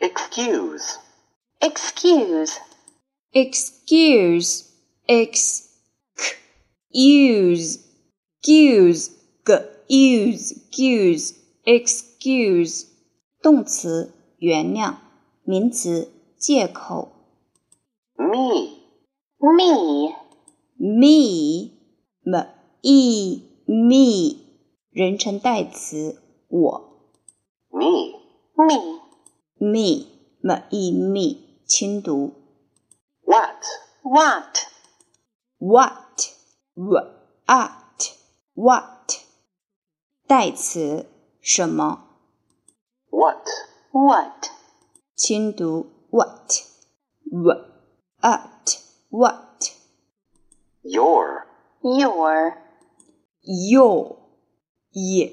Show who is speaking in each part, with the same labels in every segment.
Speaker 1: excuse,
Speaker 2: excuse,
Speaker 3: excuse, excuse, excuse, excuse, excuse, excuse，
Speaker 2: 动词原谅，名词借口。
Speaker 1: me,
Speaker 2: me,
Speaker 3: me, m e me，人称代词我。
Speaker 1: me,
Speaker 2: me,
Speaker 3: me m e me 轻读
Speaker 1: what,
Speaker 2: what,
Speaker 3: what what what 代词什么
Speaker 1: what,
Speaker 2: what,
Speaker 3: 轻读 what what what
Speaker 1: your,
Speaker 2: your,
Speaker 3: your y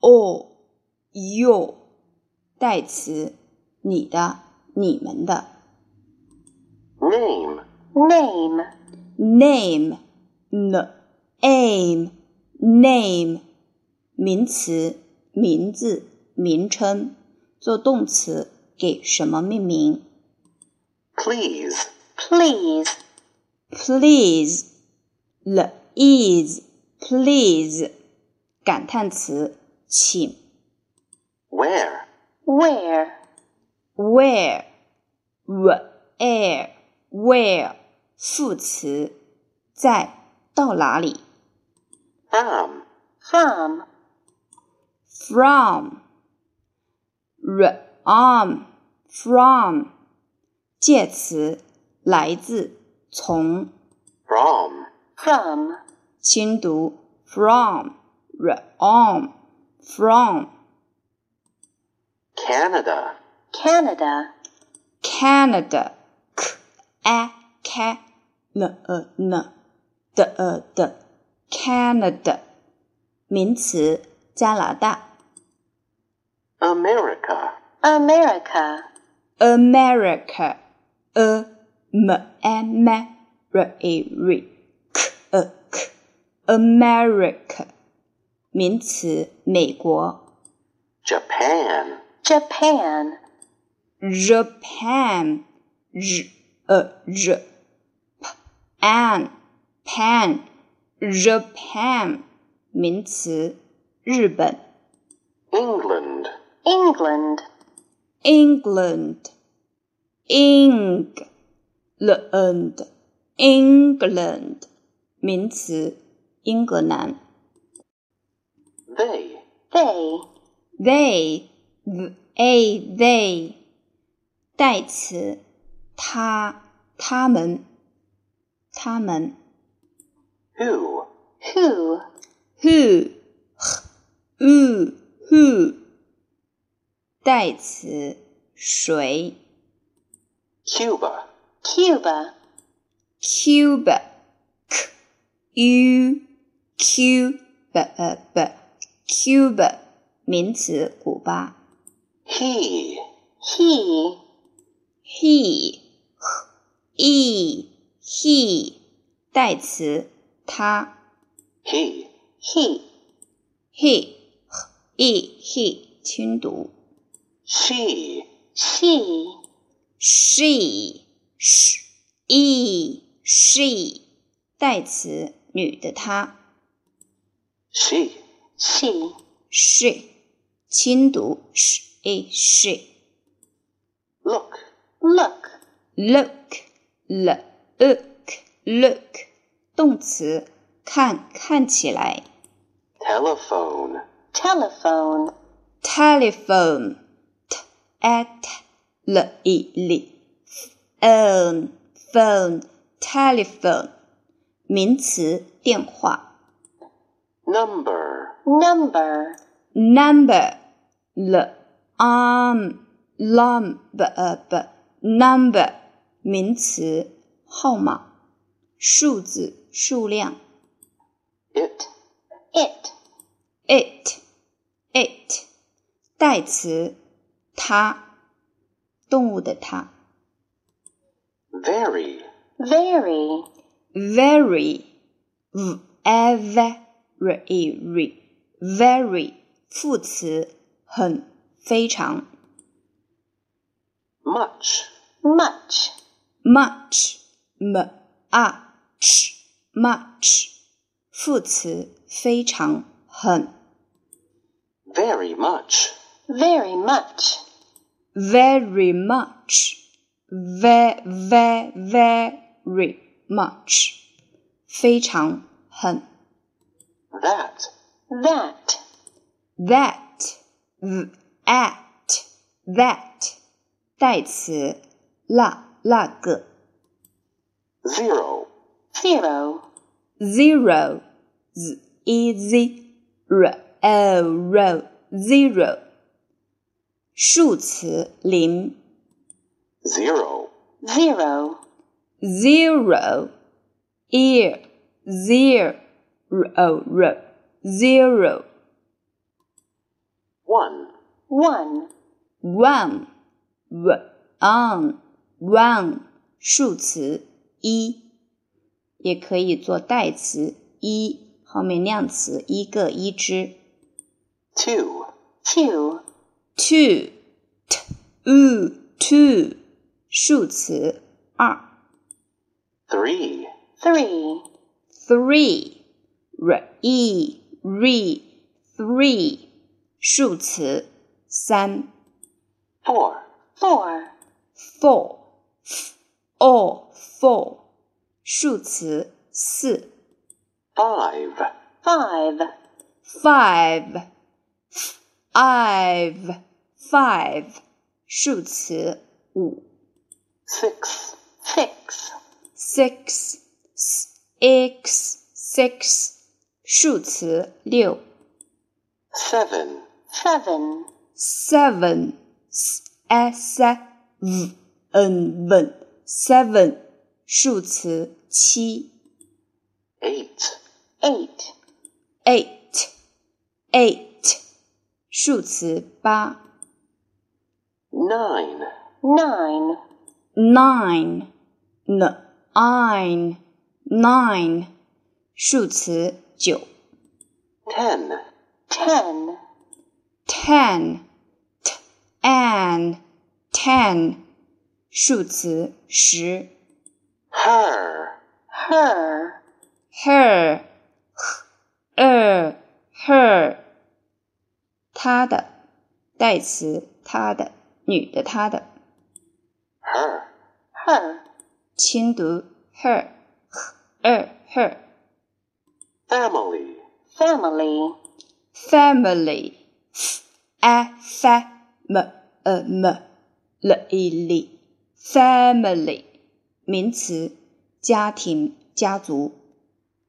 Speaker 3: o your 代词你的你们的
Speaker 1: name,
Speaker 2: name,
Speaker 3: name n aim name 名词名字名称做动词给什么命名
Speaker 1: please,
Speaker 2: please,
Speaker 3: please l is please 感叹词请
Speaker 1: where,
Speaker 2: where,
Speaker 3: where where where 副词在到哪里
Speaker 1: from,
Speaker 2: from,
Speaker 3: from r on from 介词来自从
Speaker 1: from,
Speaker 2: from,
Speaker 3: 轻读 from r on from
Speaker 1: Canada,
Speaker 2: Canada,
Speaker 3: Canada k a k n a n d e d Canada 名词加拿大
Speaker 1: America,
Speaker 2: America,
Speaker 3: America a m m r a r k a k America 名词美国
Speaker 1: Japan,
Speaker 2: Japan,
Speaker 3: Japan j a j pan pan Japan 名词日本
Speaker 1: England,
Speaker 2: England,
Speaker 3: England England England 名词英格兰
Speaker 1: they,
Speaker 2: they,
Speaker 3: they they they 代词他他们他们
Speaker 1: who,
Speaker 2: who,
Speaker 3: who who who 代词谁
Speaker 1: Cuba,
Speaker 2: Cuba,
Speaker 3: Cuba c u q b b Cuba 名词古巴
Speaker 1: he,
Speaker 2: he,
Speaker 3: he he he 代词他。
Speaker 1: he,
Speaker 2: he,
Speaker 3: he he he 轻读
Speaker 1: she,
Speaker 2: she,
Speaker 3: she she e she 代词女的她
Speaker 1: she,
Speaker 2: she,
Speaker 3: she 轻读 she e she
Speaker 1: look,
Speaker 2: look,
Speaker 3: look look look e 动词看看起来
Speaker 1: telephone,
Speaker 2: telephone,
Speaker 3: telephone t a e t l e l phone phone telephone 名词电话。
Speaker 1: number,
Speaker 2: number,
Speaker 3: number l um lum b b number 名词号码数字数量
Speaker 1: it,
Speaker 2: it,
Speaker 3: it it 代词它动物的它
Speaker 1: very,
Speaker 2: very,
Speaker 3: very v e v r y r very 副词很非常
Speaker 1: much,
Speaker 4: much,
Speaker 3: much m a c h much 副词非常很
Speaker 1: very much,
Speaker 4: very much,
Speaker 3: very much very very much 非常很
Speaker 1: that,
Speaker 4: that,
Speaker 3: that at that 代词那那个
Speaker 1: zero,
Speaker 4: zero,
Speaker 3: zero z e z r o r zero 数词零
Speaker 1: zero,
Speaker 4: zero,
Speaker 3: zero ear zero r zero
Speaker 1: one,
Speaker 4: one,
Speaker 3: one w on one 数词一，也可以做代词一，后面量词一个一只。
Speaker 1: two,
Speaker 4: two,
Speaker 3: two t u two 数词二。
Speaker 1: three,
Speaker 4: three,
Speaker 3: three r e re three 数词三
Speaker 1: four,
Speaker 4: four,
Speaker 3: four f o four 数词四
Speaker 1: five,
Speaker 4: five,
Speaker 3: five f ive five 数词五
Speaker 1: six,
Speaker 4: six,
Speaker 3: six six six 数词六
Speaker 1: seven,
Speaker 4: seven,
Speaker 3: seven s s v n v seven 数词七
Speaker 1: eight,
Speaker 4: eight,
Speaker 3: eight eight 数词八
Speaker 1: nine,
Speaker 4: nine,
Speaker 3: nine nine nine 数词九
Speaker 1: ten,
Speaker 4: ten,
Speaker 3: ten ten ten 数词十
Speaker 1: her,
Speaker 4: her,
Speaker 3: her her her 她的代词她的女的她的
Speaker 1: her,
Speaker 4: her,
Speaker 3: 轻读 her her her
Speaker 1: family,
Speaker 4: family,
Speaker 3: family 呃 f a f a m e m l i l family 名词家庭家族。